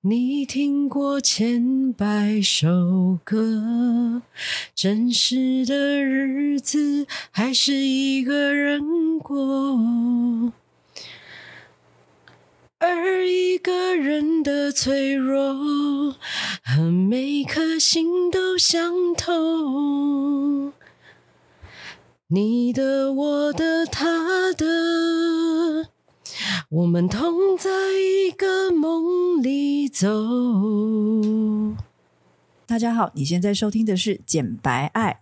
你听过千百首歌，真实的日子还是一个人过。而一个人的脆弱，和每颗心都相同。你的、我的、他的，我们同在一个梦里走。大家好，你现在收听的是《简白爱》。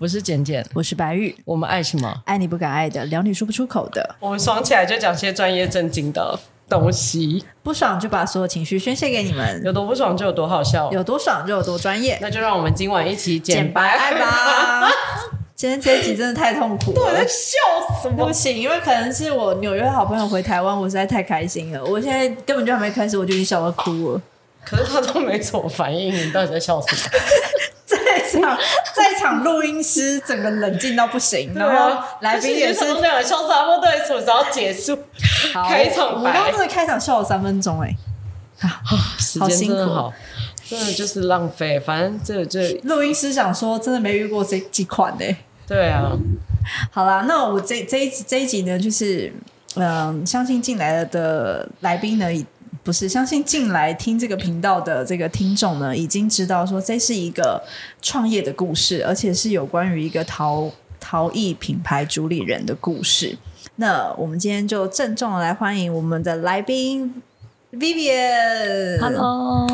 我是简简，我是白玉，我们爱什么？爱你不敢爱的，聊你说不出口的，我们爽起来就讲些专业正经的东西，不爽就把所有情绪宣泄给你们，有多不爽就有多好笑。有多爽就有多专业，那就让我们今晚一起简简白白爱 吧。 今天这一集真的太痛苦了。笑死对不！行，因为可能是我纽约好朋友回台湾，我实在太开心了。我现在根本就还没开始，我就已经笑到哭了。可是他都没什么反应，你到底在笑什 么？在场， 在场录音师整个冷静到不行，啊然后来宾啊也是就是你常常两个笑死，他们对什么时候结束？好开场我白刚刚真的开场笑了三分钟、哎，时好间辛真苦的好，真的就是浪费。反正这这录音师想说真的没遇过这几款哎、对啊，好啦，那我这这一集这一集呢，就是嗯，相信进来的呃来宾呢，不是相信进来听这个频道的这个听众呢，已经知道说这是一个创业的故事，而且是有关于一个陶陶艺品牌主理人的故事。那我们今天就郑重的来欢迎我们的来宾 Vivian。 Hello，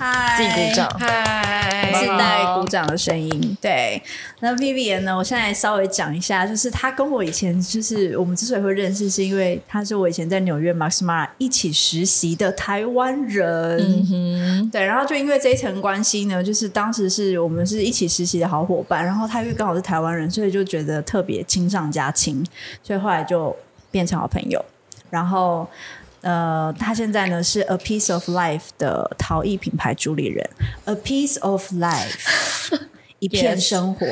嗨，自己鼓掌嗨自带鼓掌的声音。对，那 Vivian 呢？我现在稍微讲一下，就是她跟我以前就是我们之所以会认识，是因为她是我以前在纽约 Max Mara 一起实习的台湾人。哼，对，然后就因为这一层关系呢，就是当时是我们是一起实习的好伙伴，然后他因为刚好是台湾人，所以就觉得特别亲上加亲，所以后来就变成好朋友。然后，呃，他现在呢是 A Piece of Life 的陶艺品牌主理人，A Piece of Life 一片 Yes 生活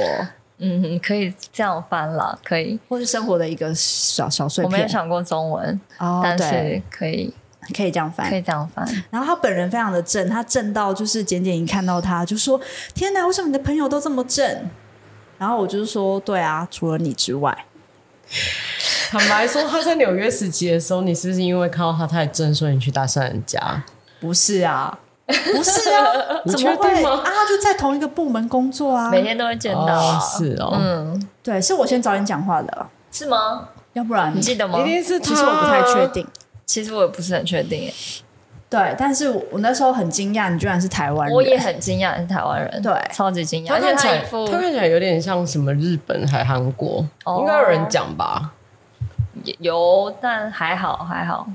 嗯哼，可以这样翻啦，可以。或是生活的一个小小碎我没有片。想过中文，哦，但对，是可以，可以这样翻可。以这样翻。然后他本人非常的正，他正到就是简简一看到他就说：“天哪，为什么你的朋友都这么正？”然后我就是说：“对啊，除了你之外，坦白说，他在纽约时期的时候，你是不是因为看到他太正，所以你去搭讪人家？不是啊，不 是啊，你怎么确会定吗啊？他就在同一个部门工作啊。每天都会见到啊、哦是哦嗯，对，是我先找你讲话的，是吗？要不然你记得吗一？定是他，其实我不太确。定。其实我也不是很确定耶，对，但是我我那时候很惊讶，你居然是台湾人，我也很惊讶，你是台湾人，对超级惊讶，他而且看起他来，一副他看起来有点像什么日本还韩国，哦应该有人讲吧？有，但还好还好，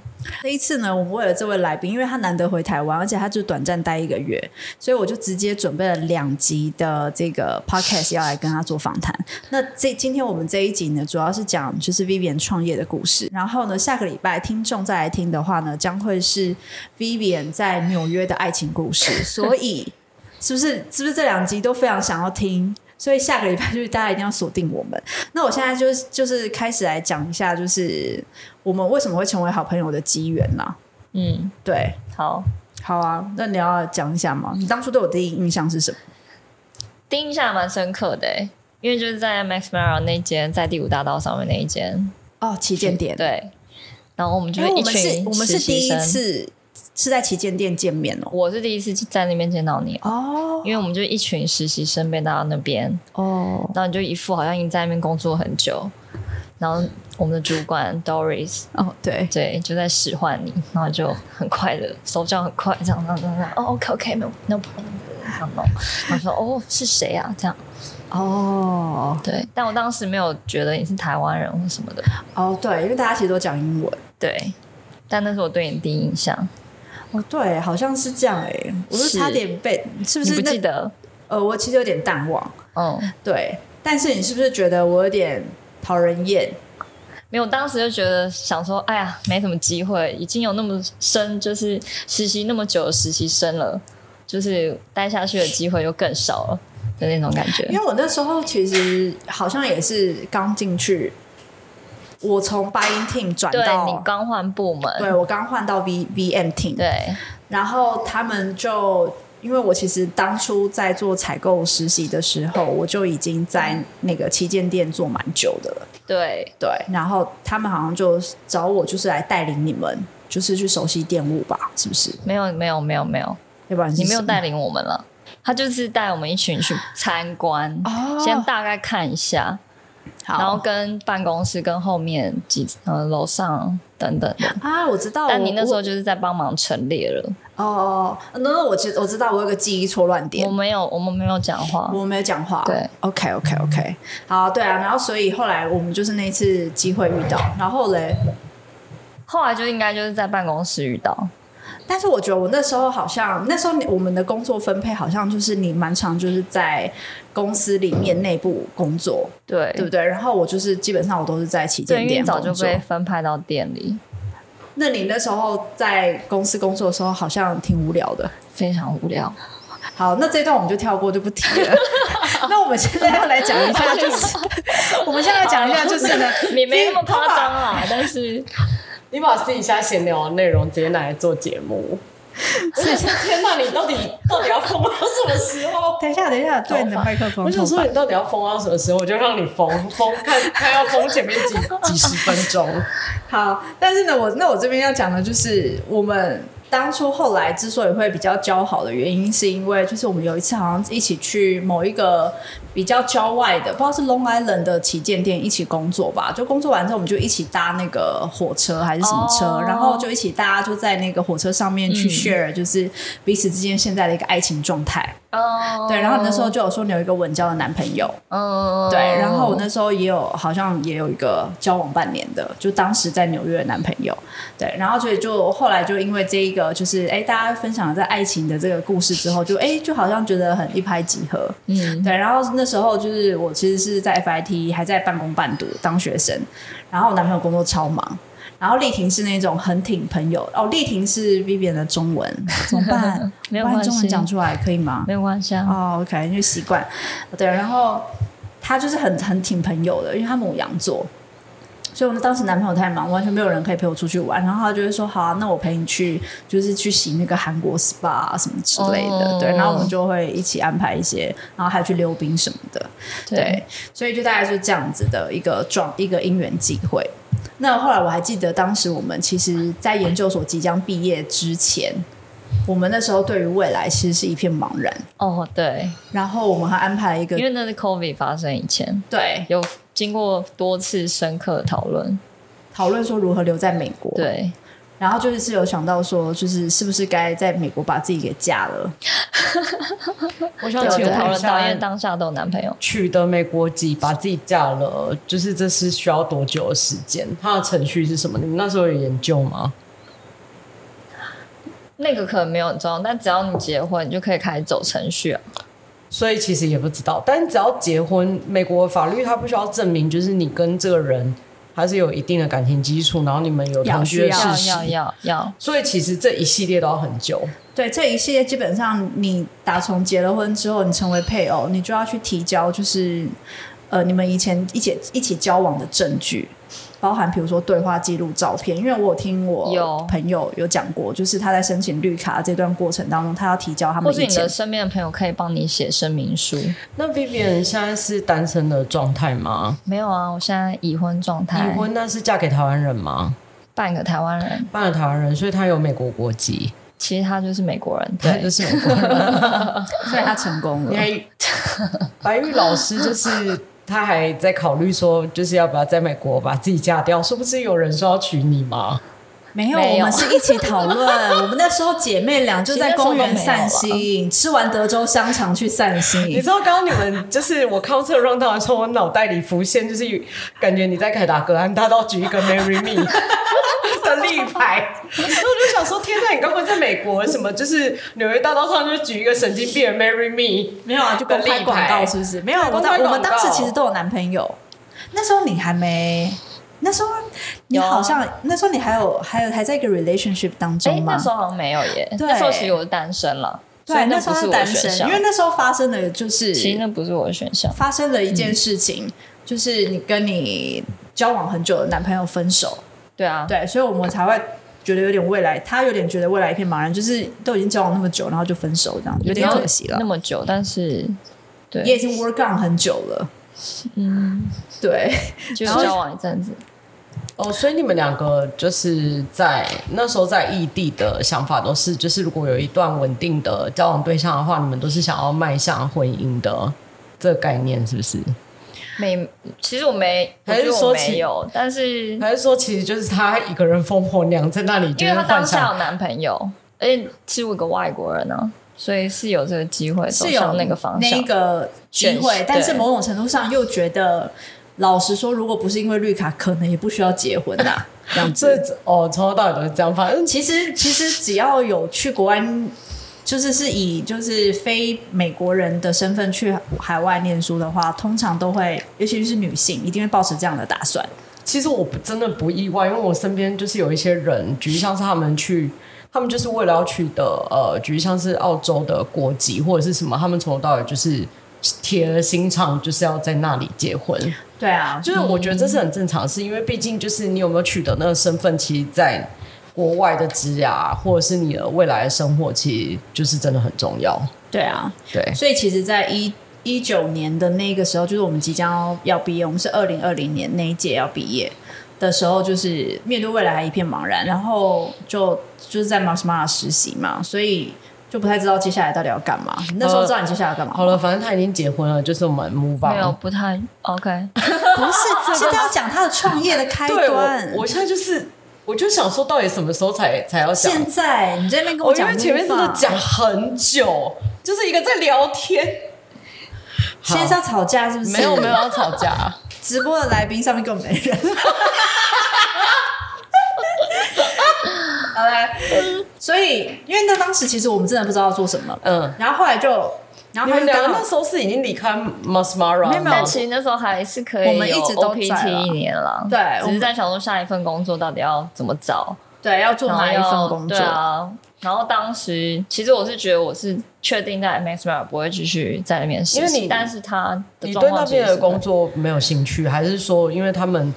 这一次呢，我们为了这位来宾，因为他难得回台湾，而且他就短暂待一个月，所以我就直接准备了两集的这个 podcast 要来跟他做访谈。那这今天我们这一集呢，主要是讲就是 Vivian 创业的故事。然后呢，下个礼拜听众再来听的话呢，将会是 Vivian 在纽约的爱情故事。所以是不是是不是这两集都非常想要听？所以下个礼拜就是大家一定要锁定我们。那我现在就是就是开始来讲一下，就是我们为什么会成为好朋友的机缘啦。嗯，对，好。好啊，那你要讲一下吗？你当初对我第一印象是什么？第一印象还蛮深刻的耶，因为就是在 Max Mara 那间，在第五大道上面那一间，哦，旗舰店，，对。然后我们就因为我一们群是，哎我们是实习第一生次是在旗舰店见面哦。我是第一次在那边见到你，啊哦因为我们就一群实习生被带到那边，哦，然后你就一副好像已经在那边工作很久，然后我们的主管 Doris 哦，对，对就在使唤你，然后就很快的手脚很快这样这样这样这样，哦 OK OK 没有 no problem，这样弄，然后说哦是谁啊这样哦对，但我当时没有觉得你是台湾人或什么的，哦，对，因为大家其实都讲英文。对，但那是我对你的第一印象，哦，对，好像是这样哎、我就是差点被，是不你是不那记得？呃，我其实有点淡忘。嗯，对，但是你是不是觉得我有点讨人厌？没有，我当时就觉得想说，哎呀，没什么机会，已经有那么深，就是实习那么久的实习生了，就是待下去的机会又更少了，的那种感觉因。为我那时候其实好像也是刚进去，我从八音 team 转对到，你刚换部门，对我刚换到 V V M team，对然后他们就因为我其实当初在做采购实习的时候，我就已经在嗯那个旗舰店做蛮久的了，对对，然后他们好像就找我就是来带领你们，就是去熟悉店务吧，是不是？没有没有没有没有，要不然是你没有什么带领我们了，他就是带我们一群去参观，哦，先大概看一下，好，然后跟办公室跟后面几呃楼上等等的。啊，我知道，但我你那时候我就是在帮忙陈列了，哦，那那我知我知道，我有个记忆错乱点我，没有我们没有讲话，我没有讲话。哦对，OK OK OK，好，对啊，然后所以后来我们就是那一次机会遇到，然后嘞，后来就应该就是在办公室遇到，但是我觉得我那时候好像那时候你我们的工作分配好像就是你蛮常就是在公司里面内部工作，对对不对？然后我就是基本上我都是在旗舰对，因为店你早工就作被。分派到店里，那你那时候在公司工作的时候好像挺无聊的。非常无聊。好，那这段我们就跳过，就不提 了。那我们现在要来讲一下，就是我们现在要讲一下，就是呢，也没那 么夸张啊啊 啦，但是你把私底下闲聊的内容直接拿来做节 目。我想说，天哪，你到底到底要疯到什么时候？等一下，等一 下，对你的麦克风。我想说，你到底要疯到什么时候？我就让你疯疯，看看要疯前面几几十分钟。好，但是呢，我那我这边要讲的就是，我们当初后来之所以会比较交好的原因，是因为就是我们有一次好像一起去某一个比较郊外的，不知道是 Long Island 的旗舰店一起工作吧。就工作完之后，我们就一起搭那个火车还是什么车哦然后就一起大家就在那个火车上面去嗯 share，、就是彼此之间现在的一个爱情状态。哦，对，然后你那时候就有说你有一个稳交的男朋友。嗯，对，然后我那时候也有好像也有一个交往半年的，就当时在纽约的男朋友，对，然后所以就后来就因为这一个就是哎，大家分享了在爱情的这个故事之后，就哎就好像觉得很一拍即合，嗯对，然后那时候就是我其实是在 FIT 还在半工半读当学生，然后我男朋友工作超忙。然后丽婷是那种很挺朋友哦，丽婷是 Vivian 的中 文，怎么办？没有把你关系中文讲出来可以吗？没有关系啊，哦，OK，因为习惯，对，然后他就是很很挺朋友的，因为他母羊座，所以我们当时男朋友太忙，完全没有人可以陪我出去玩，然后他就会说好、啊，那我陪你去，就是去洗那个韩国 SPA 啊什么之类的，哦对，然后我们就会一起安排一些，然后还有去溜冰什么的，对，，所以就大概是这样子的一个状一个因缘际会。那后来我还记得，当时我们其实，在研究所即将毕业之前，我们那时候对于未来其实是一片茫然。哦对，然后我们还安排了一个因为那是 COVID 发生以前，对有经过多次深刻讨论，讨论说如何留在美国，，对，然后就是有想到说，就是是不是该在美国把自己给嫁了？ 我有想请讨问一论到，因下，为当下都有男朋友，取得美国籍，把自己嫁了，就是这是需要多久的时间？它的程序是什么？你们那时候有研究吗？那个可能没有很重要，但只要你结婚，你就可以开始走程序啊，所以其实也不知道，但只要结婚，美国法律它不需要证明，就是你跟这个人还是有一定的感情基础，然后你们有同居的要事要实。要要要，所以其实这一系列都要很久，对，这一系列基本上，你打从结了婚之后，你成为配偶，你就要去提交，就是呃，你们以前一起一起交往的证据。包含比如说对话记录、照片，因为我有听我有朋友有讲过，就是他在申请绿卡这段过程当中，他要提交他或们是以你前的身边的朋友可以帮你写声明书，那 Vivian 现在是单身的状态吗？没有啊，我现在已婚状态，离婚那是嫁给台湾人吗？半个台湾人，办了台湾人，所以他有美国国籍，其实他就是美国人，他对就。是美国人。所以他成功 了你。还白玉老师就是他还在考虑说，就是要不要在美国把自己嫁掉？殊不知有人说要娶你吗？没有，没有我们是一起讨论。我们那时候姐妹俩就在公园散其实那心，吃完德州香肠去散你心知。道刚刚你们就是我 counter round 的时候，我脑袋里浮现就是有感觉你在凯达格兰大道举一个 marry me 的立牌，然后我就想说，天哪，你刚刚在美国什么就是纽约大道上就举一个神经病的 marry me，没有啊，就公开广告是不是？没有，对我公当开广告我们当时其实都有男朋友。那时候你还没，那时候你有啊好像那时候你还有还有还在一个 relationship 当哎、中吗那时？候好像没有耶，对那时候其实我是单身了，所以对，那时候不是他我的单选身，项因为。那时候发生的就是其实那不是我的选项，发生了一件事情，就是你跟你交往很久的男朋友分手，对啊，对，所以我们才会觉得有点未来，他有点觉得未来一片茫然，就是都已经交往那么久，然后就分手，这样有点没有可惜了那。么久，但是对，也已经 work on 很久了，嗯，对，就然后交往一阵子，哦，所以你们两个就是在那时候在异地的想法都是，就是如果有一段稳定的交往对象的话，你们都是想要迈向婚姻的这个概念，是不是？没，其实我没，还是我觉得我说起没有，但是还是说其实就是他一个人风火娘在那里，就因是为她幻当下想有男朋友，而且是一个外国人呢、啊所以是有这个机会走是有向那个方那向一。个机选会，但是对某种程度上又觉得，老实说，如果不是因为绿卡，可能也不需要结婚呐、 这样子这。哦，从头到尾都是这样，反正其实其实只要有去国外，就是是以就是非美国人的身份去海外念书的话，通常都会，尤其是女性，一定会抱持这样的打算。其实我不真的不意外，因为我身边就是有一些人，举例像是他们去，他们就是为了要取得呃，举例像是澳洲的国籍或者是什么，他们从头到尾就是铁了心肠，就是要在那里结婚。对啊，就是我觉得这是很正常的事，因为毕竟就是你有没有取得那个身份，其实在国外的职涯或者是你的未来的生活，其实就是真的很重要。对啊，对，所以其实，在一一九年的那个时候，就是我们即将要要毕业，我们是二零二零年那一届要毕业的时候，就是面对未来还一片茫然，然后就就是在 Mars Mara 实习嘛，所以就不太知道接下来到底要干嘛。你那时候知道你接下来要干嘛吗？呃 好了，反正他已经结婚了，就是我们 move 没有， on。不太 OK。不是，现在要讲他的创业的开对，端。我我现在就是，我就想说，到底什么时候才才要讲？现在你这边跟我哦因讲，为前面真的，讲很久，就是一个在聊天。现在是要吵架是不是？没有没有，要吵架，直播的来宾上面根本没人。 好来，所以因为那当时其实我们真的不知道要做什么， 嗯。然后后来就，然你们后他就两个刚那好时候是已经离开 Masmara 没有没有吗但其实那时候还是可以，我们一直都在 OPT 啦一年了，对我只们是在想说下一份工作到底要怎么找，对要做然后哪一要份工对作，啊。然后当时其实我是觉得我是确定在 Max m a r 不会继续在那边实习，因为你但是他的你状对况那边其实的是工作没有兴趣，还是说因为他们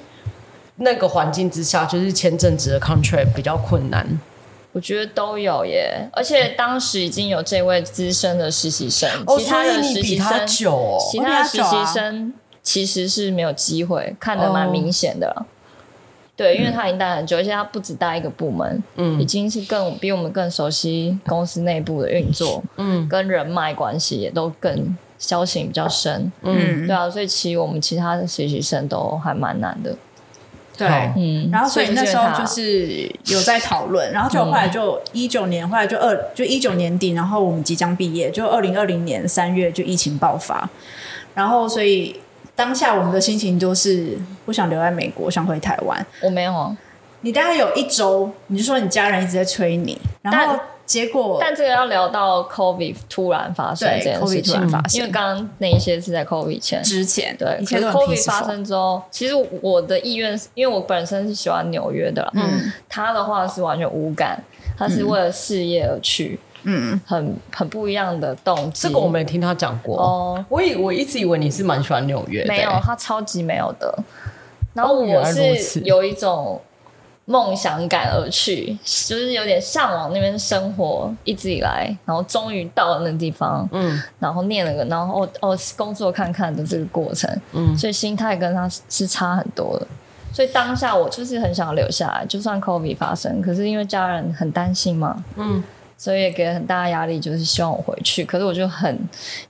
那个环境之下，就是签证值的 contract 比较困难？我觉得都有耶，而且当时已经有这位资深的实习生，哦，其所他以的你实比习他生，久哦、其我比他他的实久啊哦习生其实是没有机会，看得蛮明显的啦。对，因为他已经待很久，而且他不止待一个部门，已嗯经是更比我们更熟悉公司内部的运作，嗯跟人脉关系也都更消情比较深。嗯，对啊，所以其实我们其他的实习生都还蛮难的。对好。嗯，然后所以那时候是因为就他是有在讨论，然后就后来就一九年，后来就二就一九年底，然后我们即将毕业，就二零二零年三月就疫情爆发，然后所以当下我们的心情就是不想留在美国，想回台湾。我没有啊，哦你大概有一周，你就说你家人一直在催你，然后但结果但这个要聊到 COVID 突然发生对这件事 COVID 突情，然发生因为刚刚那一些是在 COVID 前。之前对，一可切是都很 COVID peaceful 发，生之后，其实我的意愿是，因为我本身是喜欢纽约的啦，嗯他的话是完全无感，他是为了事业而去，嗯，很很不一样的动机。这个我没听他讲过。哦，我以我一直以为你是蛮喜欢纽约的、没有，他超级没有的。然后哦原我来如此是有一种梦想感而去，就是有点向往那边生活，一直以来，然后终于到了那地方，嗯然后念了个，然后哦哦工作看看的这个过程，嗯所以心态跟他是是差很多的。所以当下我就是很想留下来，就算 COVID 发生，可是因为家人很担心嘛，嗯，所以也给很大的压力，就是希望我回去。可是我就很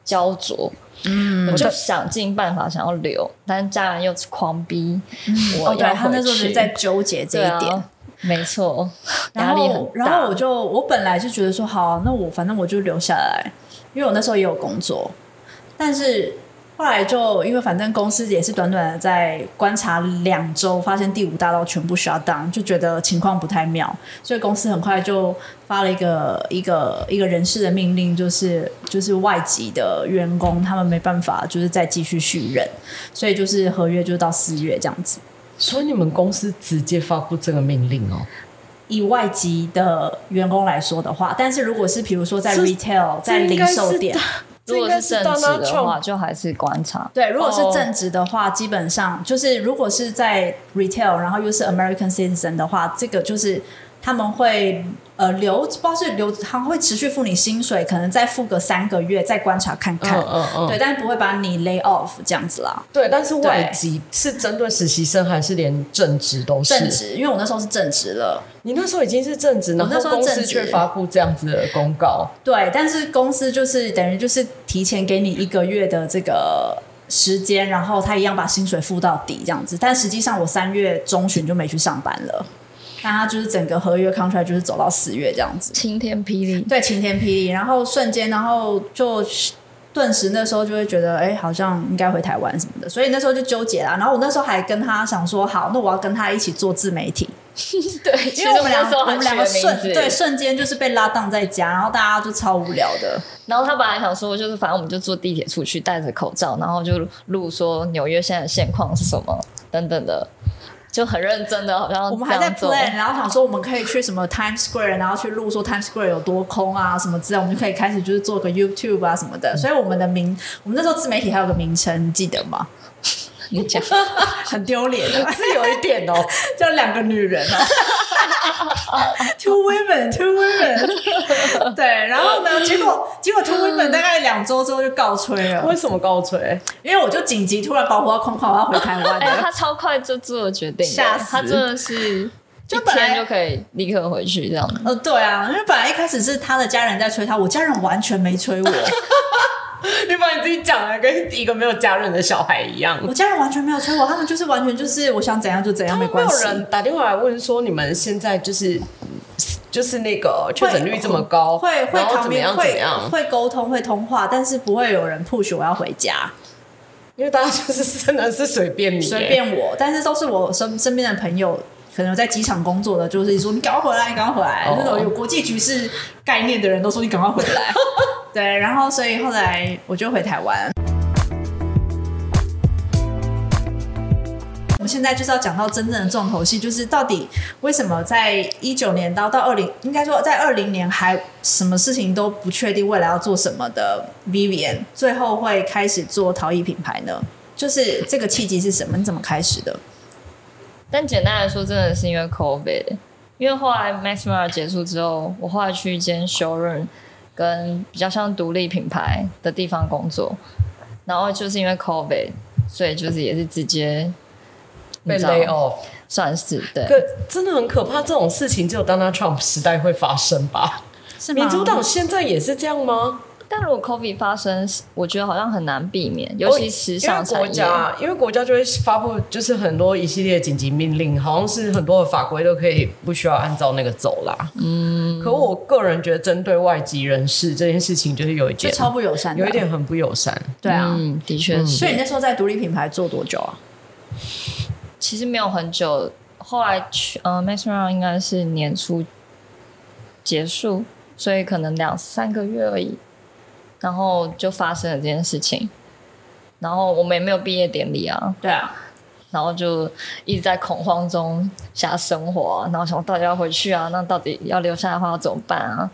焦灼，嗯，我就想尽办法想要留，但是家人又狂逼我哦，对要他那回时候就去。是在纠结这对一啊点，，没错，然压后，力很大。然后我就我本来就觉得说，好，啊那我反正我就留下来，因为我那时候也有工作，但是后来就因为反正公司也是短短的在观察两周，发现第五大道全部 shut down，就觉得情况不太妙，所以公司很快就发了一个一个一个人事的命令，就是就是外籍的员工他们没办法就是再继续续任，所以就是合约就到四月这样子。所以你们公司直接发布这个命令哦、以外籍的员工来说的话，但是如果是比如说在这 retail 在零售 店，这如应果该是是正职 Donald 的 Trump 话，就还是观察。对，如果是哦正职的话，基本上就是如果是在 retail，然后又是 American citizen 的话，这个就是他们会呃留，不知道是留，他会持续付你薪水，可能再付个三个月，再观察看看。嗯嗯嗯对，但是不会把你 lay off 这样子啦。对，但是外籍是针对实习生还是连正职都是？正职，因为我那时候是正职了，你那时候已经是正职，然我那时后候公司正职却发布这样子的公告，对，但是公司就是等于就是提前给你一个月的这个时间，然后他一样把薪水付到底这样子。但实际上我三月中旬就没去上班了，那他就是整个合约 contract 就是走到四月这样子，晴天霹雳，对，晴天霹雳，然后瞬间，然后就。顿时那时候就会觉得，哎、好像应该回台湾什么的，所以那时候就纠结啦。然后我那时候还跟他想说，好，那我要跟他一起做自媒体， 对，因为我们两其实那时个候我还们两个取了瞬名字对瞬间就是被拉档在家，然后大家就超无聊的。然后他本来想说，就是反正我们就坐地铁出去，戴着口罩，然后就录说纽约现在的现况是什么等等的，就很认真的，好像我们还在这样做 plan，然后想说我们可以去什么 Times Square，然后去录说 Times Square 有多空啊什么之类，我们就可以开始就是做个 YouTube 啊什么的。所以我们的名，我们那时候自媒体还有个名称，你记得吗？ 你讲， 很丢脸 的，是有一点哦。叫两个女人啊。Two women, two women。对， 然后呢？结果结果 two women 大概两周之后就告吹了为，什么告吹？因为我就紧急突然把火要空旷，我要回台湾 哎、了。他超快就做了决定的，吓死他真的是就一本来天就可以立刻回去这样。呃，对啊，因为本来一开始是他的家人在催他，我家人完全没催我。你把你自己讲的跟一个没有家人的小孩一样。我家人完全没有催我，他们就是完全就是我想怎样就怎样，没关有系。人打电话来问说你们现在就是就是那个确诊率这么高，会会然后 commu- 怎么样怎么样？会会沟通会通话，但是不会有人 push 我要回家，因为大家就是真的是随便你，随。便我，但是都是我身身边的朋友。可能有在机场工作的，就是说你赶快回来，你赶快回来。哦那种有国际局势概念的人都说你赶快回 来。对，然后所以后来我就回台湾。我们现在就是要讲到真正的重头戏，就是到底为什么在一九年到到二零，应该说在二零年还什么事情都不确定未来要做什么的 Vivian，最后会开始做陶艺品牌呢？就是这个契机是什么？你怎么开始的？但简单来说，真的是因为 COVID，因为后来 Max Mara 结束之后，我后来去一间 showroom 跟比较像独立品牌的地方工作，然后就是因为 COVID，所以就是也是直接被你知道 lay off，算是对。可真的很可怕。这种事情只有 Donald Trump 时代会发生吧？是吗民主党现在也是这样吗？但如果 COVID 发生，我觉得好像很难避免，尤其时尚哦因为产国业。家，因为国家就会发布就是很多一系列紧急命令，好像是很多的法规都可以不需要按照那个走啦。嗯，可我个人觉得针对外籍人士这件事情，就是有一就点超不友善的，有一点很不友善。对啊。嗯，的确是。所以你那时候在独立品牌做多久啊？其实没有很久，后来去呃 Max Mara 应该是年初结束，所以可能两三个月而已，然后就发生了这件事情，然后我们也没有毕业典礼啊，对啊，然后就一直在恐慌中下生活、啊，然后想到底要回去啊，那到底要留下来的话要怎么办啊？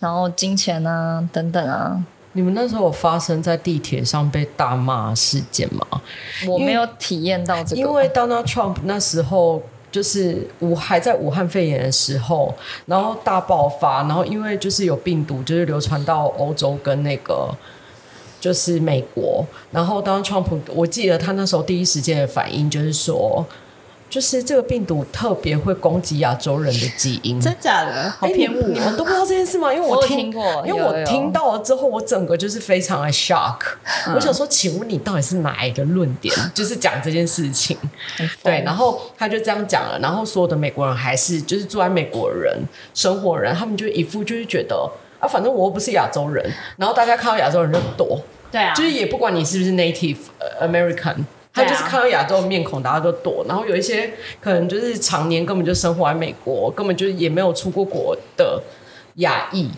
然后金钱啊，等等啊，你们那时候有发生在地铁上被大骂的事件吗？我没有体验到这个，因为 Donald Trump 那时候就是武还在武汉肺炎的时候，然后大爆发，然后因为就是有病毒就是流传到欧洲跟那个。就是美国，然后 Donald Trump，我记得他那时候第一时间的反应就是说，就是这个病毒特别会攻击亚洲人的基因，真假的？好哎偏你误你哦。们都不知道这件事吗？因为啊我有听听过因为有我有听到了之后，我整个就是非常的 shock。我想说，请问你到底是哪一个论点，就是讲这件事情？很疯对，然后他就这样讲了，然后所有的美国人还是就是住在美国人生活人，他们就一副就是觉得。啊，反正我又不是亚洲人，然后大家看到亚洲人就躲，对啊，就是也不管你是不是 Native 呃 American，他啊就是看到亚洲面孔，大家都躲。然后有一些可能就是常年根本就生活在美国，根本就也没有出过国的亚裔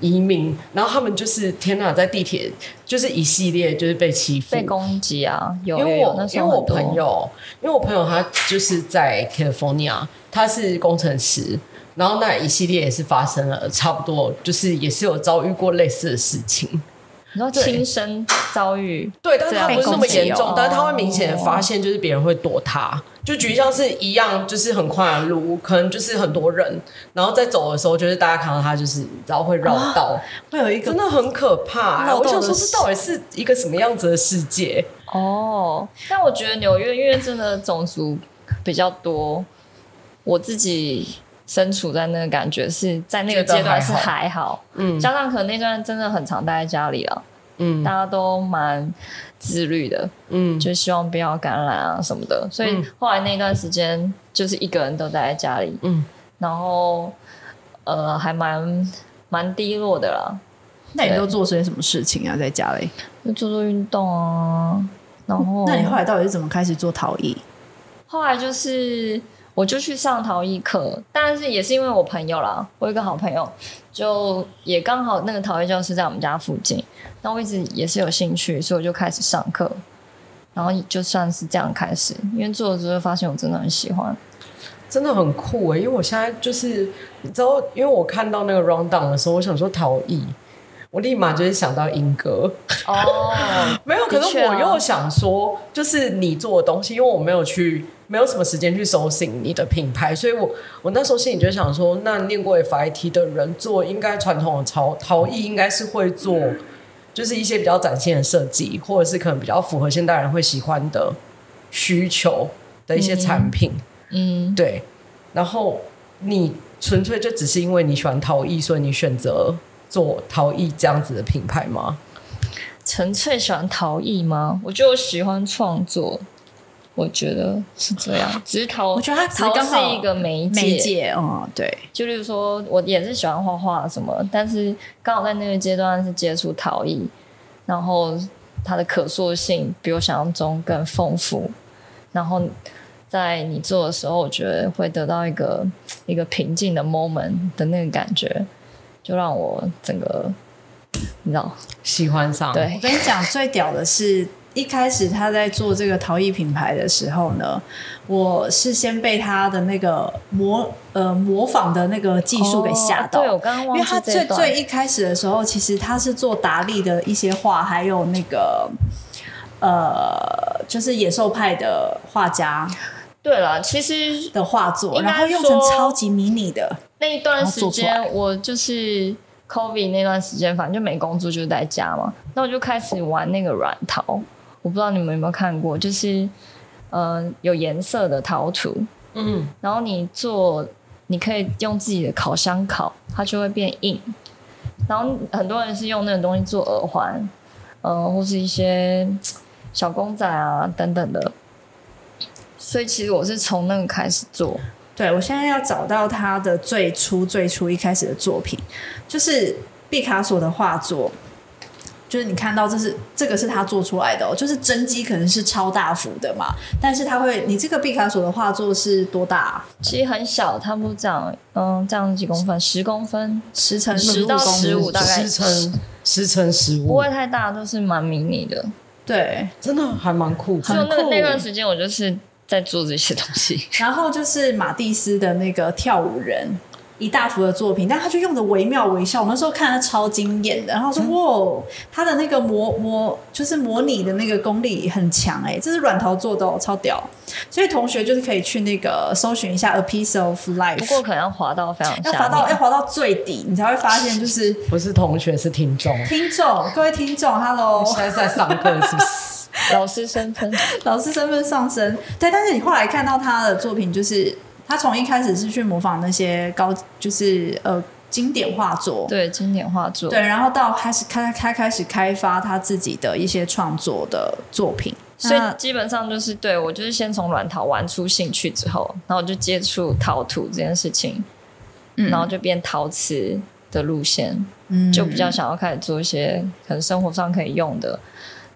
移民，然后他们就是天哪，在地铁就是一系列就是被欺负被。攻击啊，有因为有有我那时因为候我很多朋友，因为我朋友他就是在 California，他是工程师，然后那一系列也是发生了差不多，就是也是有遭遇过类似的事情。你说对亲身遭遇，对，但是他这样不是那么被攻击严重哦，但是他会明显地发现，就是别人会躲他。就举例像是一样，就是很快的路，可能就是很多人，然后在走的时候，就是大家看到他，就是然后会绕道，会有一真个的很可怕、欸绕道我的想说，这到底是一个什么样子的世界？哦，但我觉得纽约因为真的种族比较多，我自己身处在那个感觉是在那个阶段是觉得还好还好，嗯加上可能那段真的很常待在家里了，啊嗯大家都蛮自律的，嗯，就希望不要感染啊什么的，所以嗯后来那段时间就是一个人都待在家里，嗯，然后呃还蛮蛮低落的啦，那你都做些什么事情啊？在家里？就做做运动啊，然哦后那你后来到底是怎么开始做陶艺？后来就是我就去上陶艺课，但是也是因为我朋友啦，我有一个好朋友，就也刚好那个陶艺教室在我们家附近，那我一直也是有兴趣，所以我就开始上课，然后就算是这样开始，因为做了之后发现我真的很喜欢，真的很酷哎、因为我现在就是你知道，因为我看到那个 round down 的时候，我想说陶艺，我立马就是想到英歌。哦，没有，可的是确啊我又想说，就是你做的东西，因为我没有去，没有什么时间去搜寻你的品牌，所以我我那时候心里就想说，那念过 FIT 的人做，应该传统的陶陶艺应该是会做，就是一些比较展现的设计，或者是可能比较符合现代人会喜欢的需求的一些产品，嗯，对。然后你纯粹就只是因为你喜欢陶艺，所以你选择做陶艺这样子的品牌吗？纯粹喜欢陶艺吗？我就喜欢创作。我觉得是这样，只是陶，我觉得它只是陶刚好是一个媒介，媒介，哦，对，就例如说，我也是喜欢画画什么，但是刚好在那个阶段是接触陶艺，然后它的可塑性比我想象中更丰富，然后在你做的时候，我觉得会得到一个一个平静的 moment 的那个感觉，就让我整个你知道喜欢上对哦我跟你讲，最屌的是一开始他在做这个陶艺品牌的时候呢，我是先被他的那个模呃模仿的那个技术给吓到。哦对我刚刚因忘为记他最这一段最一开始的时候，其实他是做达利的一些画，还有那个呃，就是野兽派的画家对了，其实的画作，应该然后用成说超级迷你的，那一段然后时做出来间，我就是 COVID 那段时间，反正就没工作，就在家嘛。那我就开始玩那个软陶，我不知道你们有没有看过，就是呃有颜色的陶土，嗯，然后你做，你可以用自己的烤箱烤，它就会变硬。然后很多人是用那个东西做耳环，呃，或是一些嘖小公仔啊等等的。所以其实我是从那个开始做，对，我现在要找到他的最初最初一开始的作品，就是毕卡索的画作。就是你看到这是这个是他做出来的、哦，就是真机可能是超大幅的嘛，但是他会，你这个毕卡索的画作是多大、啊？其实很小，差不多这样，嗯，这样几公分，十公分，十乘10到15大概十乘十乘十不五会，太大，都是蛮迷你的。对，真的还蛮酷就的。很那酷那段时间，我就是在做这些东西。然后就是马蒂斯的那个跳舞人。一大幅的作品，但他就用的惟妙惟肖。我那时候看他超惊艳的，然后嗯说：“哇，哦他的那个模模就是模拟的那个功力很强哎、这是软陶做的、哦，超屌。”所以同学就是可以去那个搜寻一下《A Piece of 不 Life 过可能要滑到哎非常》，要下滑到要面。滑到最底，你才会发现就是 不是同学，是听众。听众，各位听众，Hello， 啊现在在上课是不是？老师身份，老师身份上升，对，但是你后来看到他的作品，就是他从一开始是去模仿那些高，就是呃经典画作，对经典画作，对，然后到开始开开开始开发他自己的一些创作的作品，所以那基本上就是对我就是先从软陶玩出兴趣之后，然后我就接触陶土这件事情，嗯然后就变陶瓷的路线，嗯就比较想要开始做一些可能生活上可以用的，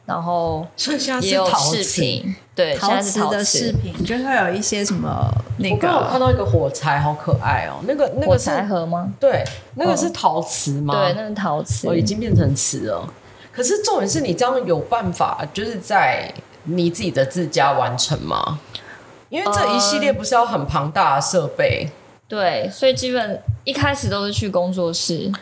然后 所以现在也是有陶饰瓷。品，对，现陶在是瓷陶的瓷饰品，就会有一些什么那我刚好看个到一个火柴，好可爱哦、那个那火个是柴盒吗？对，那个是陶瓷吗？对，那是陶瓷。哦，已经变成瓷了。可是重点是你这样有办法，就是在你自己呃的自家完成吗？因为这一系列不是要很庞大的设备，对，所以基本一开始都是去工作室，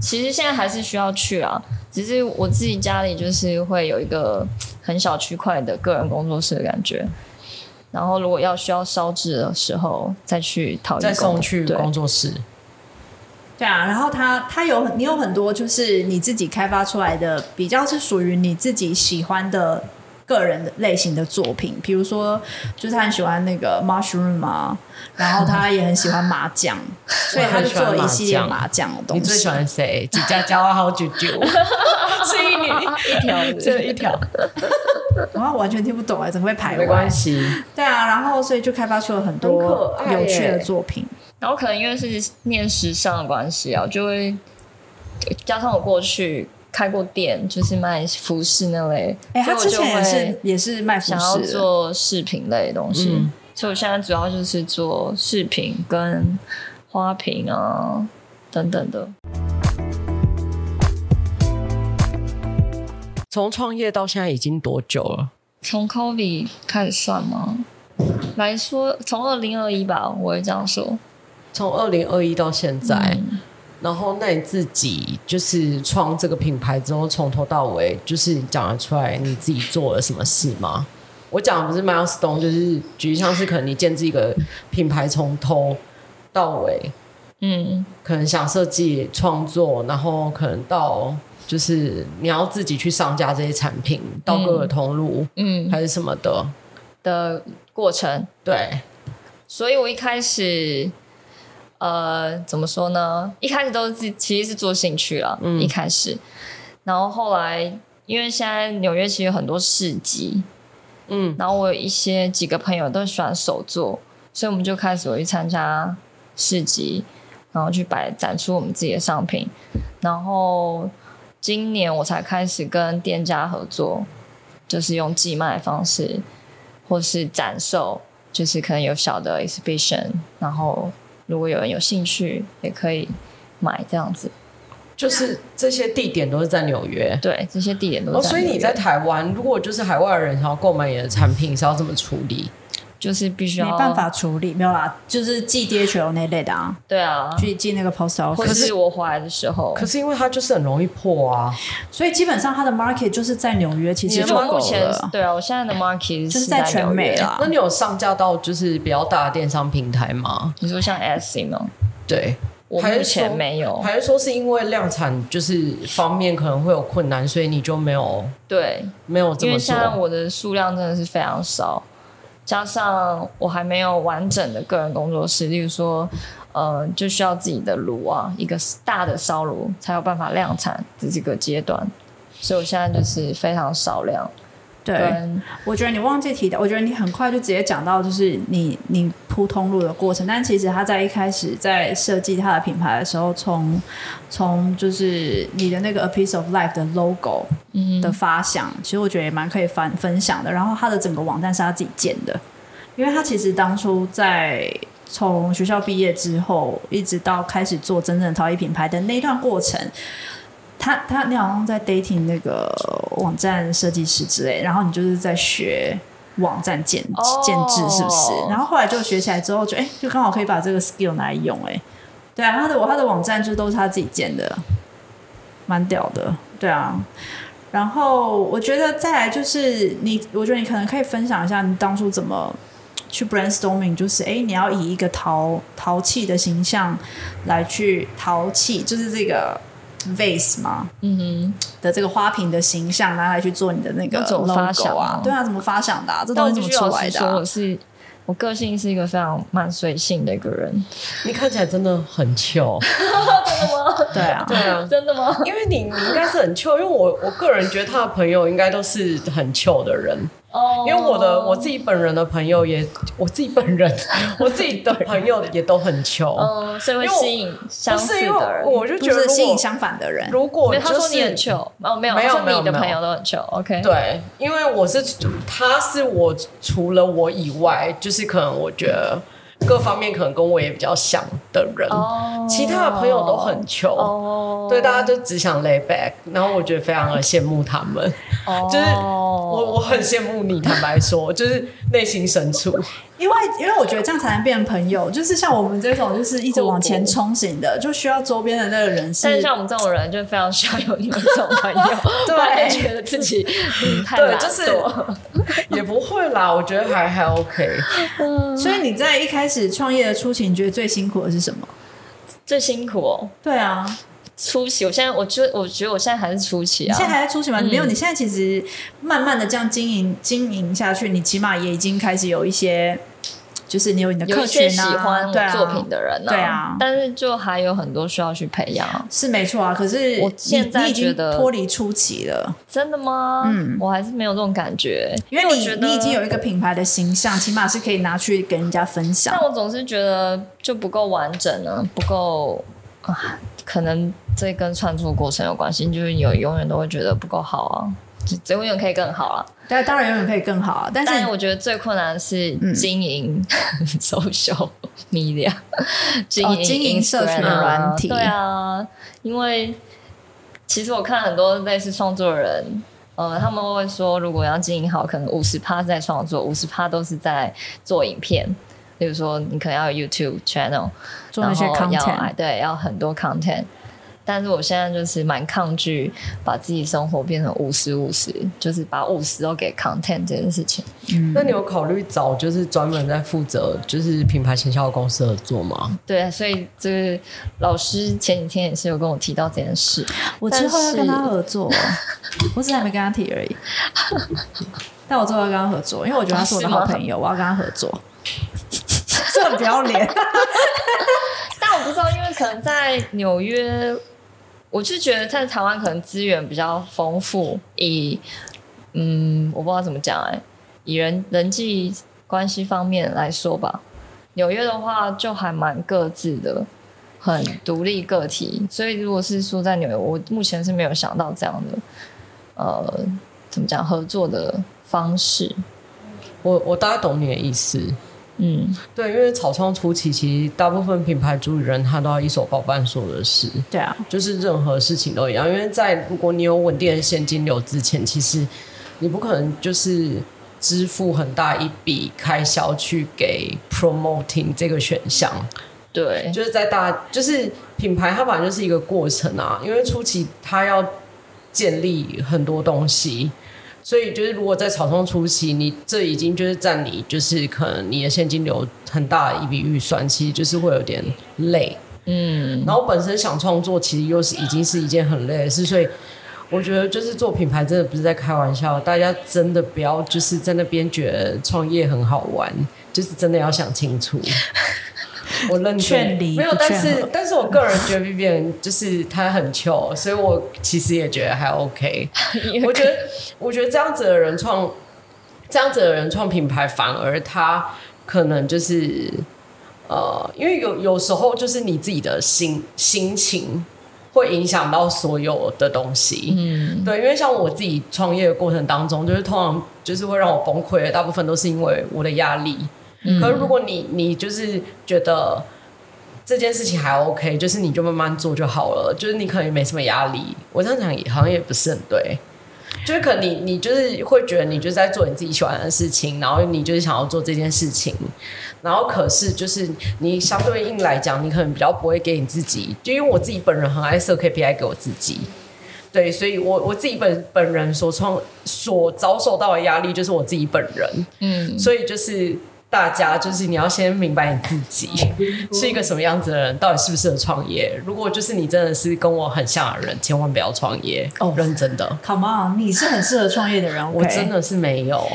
其实现在还是需要去啊，只是我自己家里就是会有一个很小区块的个人工作室的感觉。然后，如果要需要烧制的时候，再去讨再厌送去对工作室，对啊，然后它它有你有很多就是你自己开发出来的，比较是属于你自己喜欢的个人的类型的作品，比如说就是他很喜欢那个 mushroom 啊，然后他也很喜欢麻 将，所以他就做了一系列麻将的东你西。最喜欢谁？几家交啊，好九九， 是 一年 一条路这一条，然后完全听不懂哎、怎么会排 没完关？系。对啊，然后所以就开发出了很多哎很可爱耶有趣的作品。然后可能因为是念时尚的关系啊，就会加上我过去开过店，就是卖服饰那类，哎、所他以我之就前也是会也是卖服想要饰的，做饰品类的东西，嗯所以我现在主要就是做饰品跟花瓶啊等等的。从创业到现在已经多久了？从 COVID 开始算吗？来说，从二零二一吧，我会这样说。从二零二一到现在，然后那你自己就是创这个品牌之后，从头到尾就是你讲得出来你自己做了什么事吗？我讲的不是 milestone，就是举像是可能你建制一个品牌从头到尾，嗯，可能想设计创作，然后可能到就是你要自己去上架这些产品，到各个通路、嗯还是什么的，的过程，对，所以我一开始，呃，怎么说呢？一开始都是自己其实是做兴趣了，一开始，然后后来因为现在纽约其实有很多市集，嗯，然后我有一些几个朋友都喜欢手作，所以我们就开始我去参加市集，然后去摆展出我们自己的商品，然后今年我才开始跟店家合作，就是用寄卖的方式或是展售，就是可能有小的 exhibition，然后如果有人有兴趣也可以买这样子。就是这些地点都是在纽约。对，这些地点都哦，在所以纽你约在台湾，如果就是海外人想要购买你的产品，是要怎么处理？就是必须没要办，法处理，没有啦，就是寄 DHL 那类的啊，对啊。去寄那个 post office。或是我回来的时候，可是因为它就是很容易破啊，所以基本上它的 market 就是在纽约，其你实的就就我够目前了，对啊，我现在的 market 就是是在全纽美啊约。啦那。你有上架到就是比较大的电商平台吗？你说像 S 吗？对，我还是目前说没有。还是说是因为量产就是方面可能会有困难，所以你就没有对，没有这因么为现在做？我的数量真的是非常少，加上我还没有完整的个人工作室，例如说，呃，就需要自己的炉啊，一个大的烧炉才有办法量产的这个阶段，所以我现在就是非常少量。对，跟我觉得你忘记提到，我觉得你很快就直接讲到，就是你你铺通路的过程。但其实他在一开始在设计他的品牌的时候，从从就是你的那个 A Piece of Life 的 logo 的发想，其实我觉得也蛮可以分分享的。然后他的整个网站是他自己建的，因为他其实当初在从学校毕业之后，一直到开始做真正的陶艺品牌的那一段过程，他他你好像在 dating 那个网站设计师之类，然后你就是在学。网站建哦建制是不是然后后来就学起来之后就，哎，就刚好可以把这个 skill 拿来用哎、对啊，他的他的网站就都是他自己建的，蛮屌的，对啊。然后我觉得再来就是你，我觉得你可能可以分享一下你当初怎么去 brainstorming，就是哎，你要以一个陶陶器的形象来去陶器，就是这个 vase 嘛嗯哼，的这个花瓶的形象拿来去做你的那个那怎么 logo 发啊，想啊对啊，怎么发想的、啊？这但东我西必怎么出须老来实的说，啊、我是我个性是一个非常蛮随性的一个人。你看起来真的很糗，对 啊，对啊。真的吗？ 因为你你应该是很糗，因为我我个人觉得他的朋友应该都是很糗的人，哦因为我的我自己本人的朋友也，我自己本 人我自己的朋友也都很糗，嗯，所以会吸引相不似是因为的人。我就就觉得是如吸果引相反的人。如果没有，就他说是你很糗哦，没有，没有他说你的没有朋友都很糗。OK，，对，因为我是他是我除了我以外，就是可能我觉得各方面可能跟我也比较像的人，哦，其他的朋友都很糗。哦，对，大家就只想 lay back，然后我觉得非常的羡慕他们，哦就是我我很羡慕你，坦白说，就是内心深处， 因为因为我觉得这样才能变朋友，就是像我们这种就是一直往前冲型的，就需要周边的那个人但是是。像我们这种人，就非常需要有你们这种朋友，对不然就觉得自己、嗯、太对懒就是惰也不会啦，我觉得还还 OK。所以你在一开始创业的初期，你觉得最辛苦的是什么？最辛苦哦。对啊，初期，我现在我觉得，我觉得我现在还是初期你啊现在，还在初期吗？嗯没有，你现在其实慢慢的这样经营经营下去，你起码也已经开始有一些，就是你有你的有客一群些啊，喜欢对我啊作品的人对啊但是就还有很多需要去培养啊。是没错啊。可是我你现在你已觉经得脱离初期了，真的吗？嗯我还是没有这种感觉，因为我你觉得你已经有一个品牌的形象，起码是可以拿去给人家分享但。我总是觉得就不够完整啊，不够啊，可能这跟创作过程有关系，就是有永远都会觉得不够好啊，只只永远可以更好啊。但当然永远可以更好啊，但但是是我觉得最困难的是嗯经营 social media，经营、哦经营社群 Instagram 啊软体对啊，因为其实我看很多类似创作人。呃，他们会说，如果要经营好，可能五十趴在创作，五十趴都是在做影片。比如说，你可能要有 YouTube channel，做那些然后要哎 content，对，要很多 content。但是我现在就是蛮抗拒把自己生活变成五十五十，就是把五十都给 content 这件事情。嗯那你有考虑找就是专门在负责就是品牌行销的公司合作吗？对，所以就是老师前几天也是有跟我提到这件事，我之后要但是跟他合作，我只是还没跟他提而已。但我之后要跟他合作，因为我觉得他是我的好朋友，我要跟他合作。 这很不要脸，但我不知道，因为可能在纽约，我就觉得在台湾可能资源比较丰富，以嗯，我不知道怎么讲哎、以人人际关系方面来说吧，纽约的话就还蛮各自的，很独立个体，所以如果是说在纽约，我目前是没有想到这样的，呃，怎么讲合作的方式，我我大概懂你的意思。嗯，对，因为草创初期，其实大部分品牌主理人他都要一手包办所有的事，对啊，就是任何事情都一样。因为在如果你有稳定的现金流之前，其实你不可能就是支付很大一笔开销去给 promoting 这个选项。对，就是在大，就是品牌它本来就是一个过程啊，因为初期它要建立很多东西，所以就是如果在草创初期，你这已经就是占你就是可能你的现金流很大的一笔预算，其实就是会有点累。嗯，然后本身想创作，其实又是已经是一件很累的事，所以我觉得就是做品牌真的不是在开玩笑，大家真的不要就是在那边觉得创业很好玩，就是真的要想清 楚。我认真劝离没有不，但劝是和但是我个人觉得 Vivian 就是他很糗，所以我其实也觉得还 OK。因我为觉得，我觉得这样子的人创，这样子的人创品牌，反而他可能就是呃，因为有有时候就是你自己的心心情会影响到所有的东西。嗯，对，因为像我自己创业的过程当中，就是通常就是会让我崩溃的，大部分都是因为我的压力。可是如果你你就是觉得这件事情还 OK，就是你就慢慢做就好了，就是你可能也没什么压力。我这样讲也好像也不是很对，就是可能你你就是会觉得你就是在做你自己喜欢的事情，然后你就是想要做这件事情，然后可是就是你相对应来讲，你可能比较不会给你自己，就因为我自己本人很爱设 KPI 给我自己。对，所以我我自己本本人所创所遭受到的压力，就是我自己本人。嗯，所以就是大家就是你要先明白你自己是一个什么样子的人，到底适不适合创业。如果就是你真的是跟我很像的人，千万不要创业。哦认真的， Come on，你是很适合创业的人，我真的的是没有。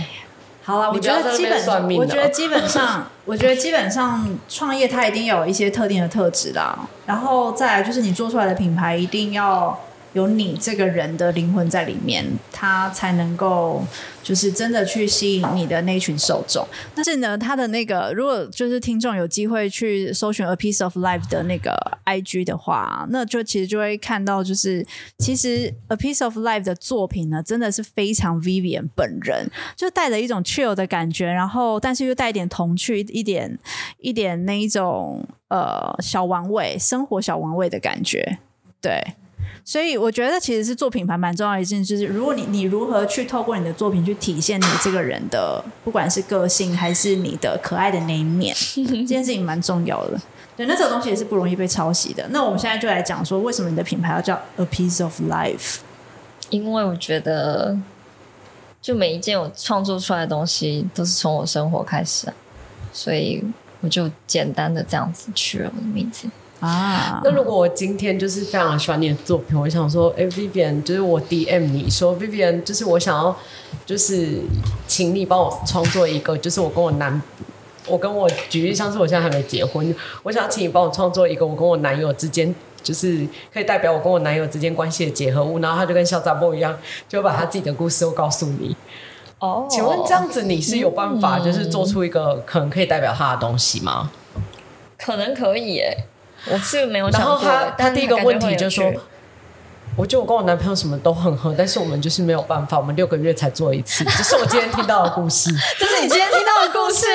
好啊了。我你不觉要得在那基边本算上，命了我觉得基 本上，我觉得基本上创业它一定要有一些特定的特质啦。然后再来就是你做出来的品牌一定要有你这个人的灵魂在里面，它才能够就是真的去吸引你的那一群受众。但是呢，他的那个如果就是听众有机会去搜寻 A Piece of Life 的那个 IG 的话，那就其实就会看到，就是其实 A Piece of Life 的作品呢，真的是非常 Vivian 本人，就带着一种 chill 的感觉，然后但是又带一点童趣，一点一点那一种呃小玩味，生活小玩味的感觉，对。所以我觉得其实是做品牌蛮重要的一件事，就是如果你你如何去透过你的作品去体现你这个人的，不管是个性还是你的可爱的那 一面，这件事情蛮重要的。对，那这个东西也是不容易被抄袭的。那我们现在就来讲说，为什么你的品牌要叫 A Piece of Life？因为我觉得，就每一件我创作出来的东西都是从我生活开始啊，所以我就简单的这样子取了我的名字。啊那如果我今天就是非常喜欢你的作品，我想说，哎、v i v i a n 就是我 DM 你说，Vivian，就是我想要，就是请你帮我创作一个，就是我跟我男，我跟我举例，像是我现在还没结婚，我想请你帮我创作一个我跟我男友之间。就是可以代表我跟我男友之间关系的结合物，然后他就跟小杂波一样，就把他自己的故事都告诉你。哦请问这样子你是有办法，就是做出一个可能可以代表他的东西吗？可能可以耶、我是没有想然过后的。他他但第一个感觉问会题有就说趣，我觉得我跟我男朋友什么都很合，但是我们就是没有办法，我们六个月才做一 次，这是我今天听到的故事。这是你今天听到的故事。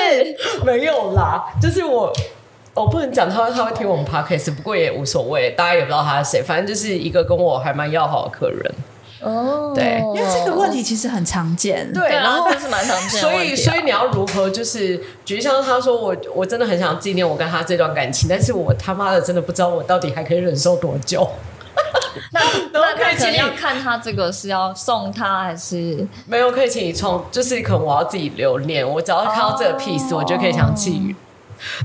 没有啦，就是我。我不能讲他，他会听我们 podcast，不过也无所谓，大家也不知道他是谁，反正就是一个跟我还蛮要好的客人。哦，对因为这个问题其实很常见。对，对啊然后这是蛮常见的所问以题啊所以你要如何就是，举例像是他说我我真的很想纪念我跟他这段感情，但是我他妈的真的不知道我到底还可以忍受多久。那然后那可以可请能你要看他这个是要送他还是没有，可以请你创，就是可能我要自己留念。我只要看到这个哦 piece，、我就可以想起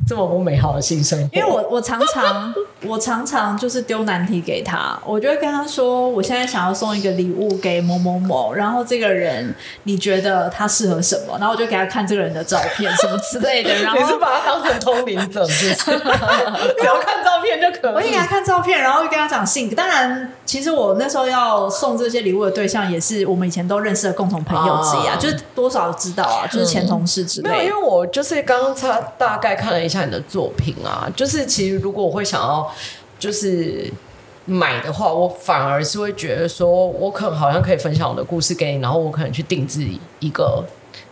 这么不美好的新生活。因为我我常常我常常就是丢难题给他，我就会跟他说，我现在想要送一个礼物给某某某，然后这个人你觉得他适合什么？然后我就给他看这个人的照片什么之 类的，然你是后。把它当成通灵者， 是不是？只要看照片就可我就以给。他看照片，然后就跟他讲性格。当然，其实我那时候要送这些礼物的对象也是我们以前都认识的共同朋友之一啊，哦就是多少知道啊，就是前同事之没有，类因的。为我就是刚刚他大概看了一下你的作品啊，就是其实如果我会想要就是买的话，我反而是会觉得说，我可能好像可以分享我的故事给你，然后我可能去定制一个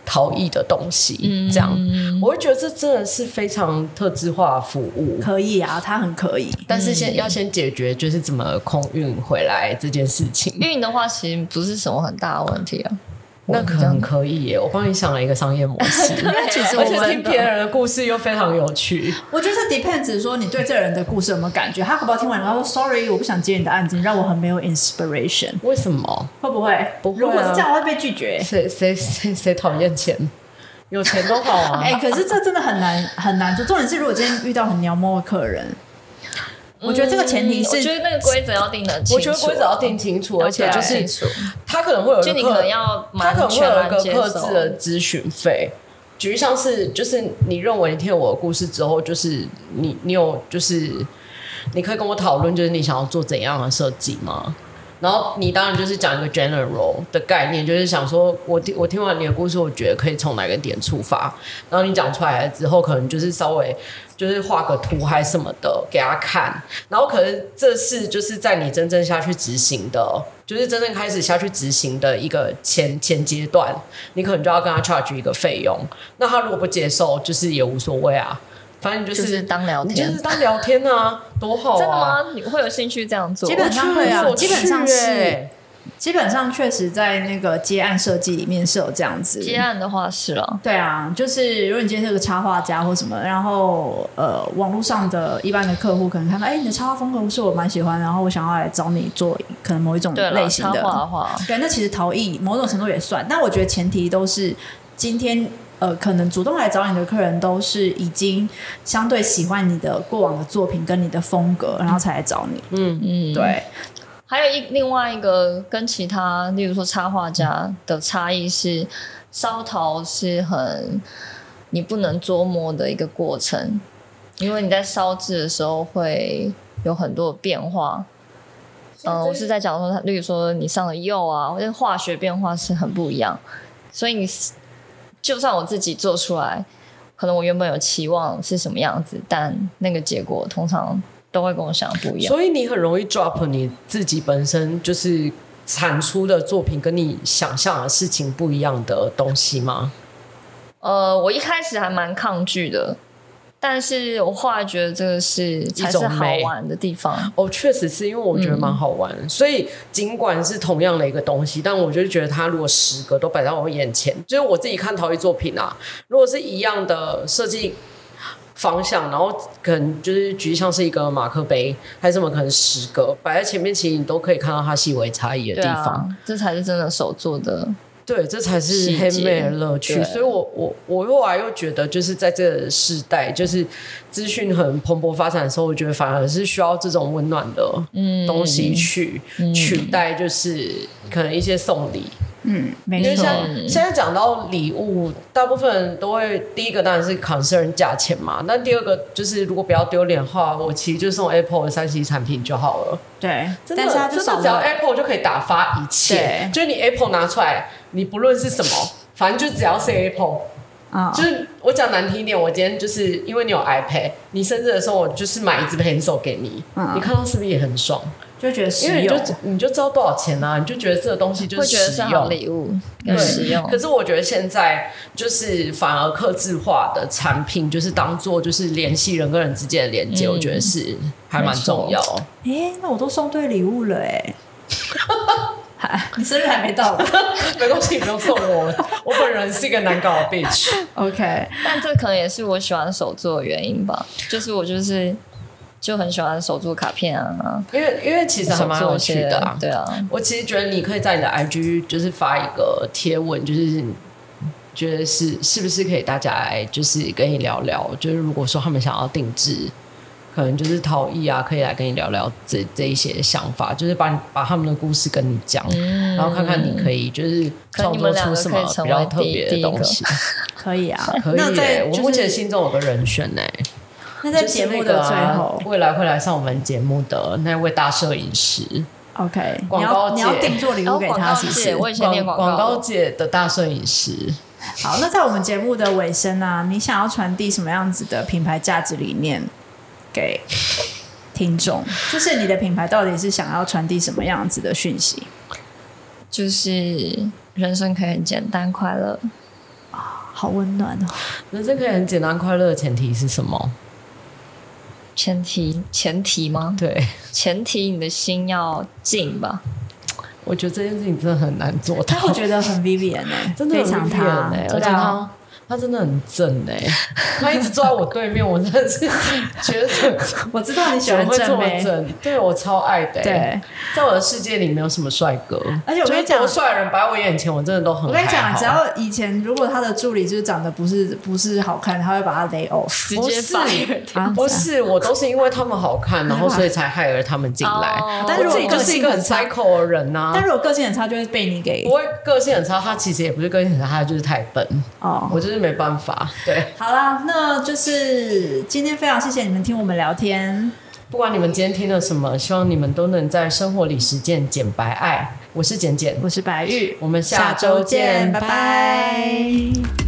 陶艺的东西，这样，我会觉得这真的是非常特制化的服务。可以啊，他很可以。但是先要先解决就是怎么空运回来这件事情，运的话，其实不是什么很大的问题啊。那可能可以耶。我帮你想了一个商业模式， 那其实我而且们听别人的故事又非常有趣。我觉得这 depends 说你对这个人的故事有没有感觉，他可不好听完然后说 sorry，我不想接你的案子，你让我很没有 inspiration，为什么？会 不会？不会啊如果是这样，我会被拒欸绝。谁谁谁谁讨厌钱？有钱都好 啊。哎、可是这真的很难很难做。重点是，如果今天遇到很鸟摸的客人，我觉得这个前提嗯我是觉得那个规则要定的，我觉得规则要定清楚，而且就对啊是他可能会有一就个你客可能要他蛮可能会全有一然个接克受制的咨询费。举例像是，就是你认为你听了我的故事之后，就是你你有就是你可以跟我讨论，就是你想要做怎样的设计吗？然后你当然就是讲一个 general 的概念，就是想说我听我听完你的故事，我觉得可以从哪个点出发，然后你讲出来了之后，可能就是稍微就是画个图还什么的给他看，然后可是这是就是在你真正下去执行的，就是真正开始下去执行的一个前前阶段，你可能就要跟他 charge 一个费用。那他如果不接受，就是也无所谓啊，反正你就是、就是当聊你就天是当聊天啊，多好、啊！真的？吗？你会有兴趣这样做？基本上会啊我基本上是去欸基本上确实在那个接案设计里面是有这样子。接案的话是了，对啊，就是如果你今天是个插画家或什么，然后呃，网络上的一般的客户可能看到，哎、你的插画风格是我蛮喜欢，然后我想要来找你做可能某嗯一种对类了，型插的画的话，对，那其实逃逸某种程度也算，但我觉得前提都是今天呃，可能主动来找你的客人都是已经相对喜欢你的过往的作品跟你的风格，然后才来找你。嗯，对，还有一另外一个跟其他，例如说插画家的差异是，烧陶是很你不能捉摸的一个过程，因为你在烧制的时候会有很多的变化。嗯，我是在讲说，例如说你上了釉啊，或者化学变化是很不一样，所以你就算我自己做出来，可能我原本有期望是什么样子，但那个结果通常都会跟我想的不一样。所以你很容易 drop 你自己本身就是产出的作品跟你想象的事情不一样的东西吗？呃，我一开始还蛮抗拒的，但是我后来觉得这个是才是种好美玩的地方。哦，确实是因为我觉得蛮好玩，所以尽管是同样的一个东西，但我就觉得它如果十个都摆在我眼前，就是我自己看陶艺作品啊，如果是一样的设计方向，然后可能就是举例像是一个马克杯还是什么，可能十个摆在前面，其实你都可以看到它细微差异的对地方。啊，这才是真的手做的。对，这才是细 h a 节 n d m a 的乐趣。对所以我我我后来又觉得，就是在这个时代，就是资讯很蓬勃发展的时候，我觉得反而是需要这种温暖的嗯东西去、取代，就是可能一些送礼。嗯，没因为错现，在现在讲到礼物，大部分人都会第一个当然是 concern 价钱嘛，那第二个就是如果不要丢脸的话，我其实就送 Apple 的三 C 产品就好了。对，真的但是它就真少的只要哎了， Apple 就可以打发一切对，就是你 Apple 拿出来，你不论是什么，反正就只要是 Apple。啊就，是我讲难听一点，我今天就是因为你有 iPad，你生日的时候我就是买一支 Pencil 给你，嗯你看到是不是也很爽？就觉得因实为你就用，你就知道多少钱啊，你就觉得这个东西就会觉得是是实好用。礼物，嗯对很实用可。是我觉得现在就是反而克制化的产品，就是当做就是联系人跟人之间的连接，嗯我觉得是还蛮没错重要。哎，那我都送对礼物了， 哎，嗨你生日还没到吧没关系，你不用送 我，我本人是一个难搞的 bitch。 ？OK，但这可能也是我喜欢手做的原因吧，就是我就是就很喜欢手做卡片啊，因为因为其实还手蛮做有一趣些的、啊。对啊，我其实觉得你可以在你的 IG 就是发一个贴文，就是觉得是是不是可以大家来就是跟你聊聊，就是如果说他们想要定制，可能就是陶艺啊，可以来跟你聊聊这这一些想法，就是把你把他们的故事跟你讲，然后看看你可以就是可能创你作们两出个什可么以成比较为特第别第的一个东西。可以啊。可以那在耶，我目前就是心中有个人选呢、那在节目的最后啊未来会来上我们节目的那位大摄影师， ，OK，你广告要界哦你要定做礼然物后给广他告是不界，是？我以前念广告告的，界的大摄影师。好，那在我们节目的尾声啊，你想要传递什么样子的品牌价值理念给听众？就是你的品牌到底是想要传递什么样子的讯息？就是人生可以很简单快乐，好温暖哦！人生可以很简单快乐的前提是什么？前提前提吗？对前提你的心要静吧，我觉得这件事情真的很难做到但，我觉得很 Vivian 哎、真的很非常骗他，哎、而真且的他啊他真的很正哎、他一直坐在我对面，我真的是觉得啊我知道你喜怎么欢会这 正哎么妹，正？欸对我超爱的、欸，对，在我的世界里没有什么帅哥，而且我跟你讲就是多帅的人摆我眼前，我真的都很我跟你还讲，好只要以前如果他的助理就是长得不是不是好看，他会把他 lay off。直不接是把啊不是，我都是因为他们好看，然后所以才害了他们进来。哦但我如自果己就是一个很个性很 cycle 的人呐、但如果个性很差，就会被你给不会个性很差，他其实也不是个性很差，他就是太笨，哦。我就是没办法。对，好啦，那就是今天非常谢谢你们听我们聊天，不管你们今天听了什么，希望你们都能在生活里实践简白爱。我是简简，我是白玉，我们下下周周见，见，拜拜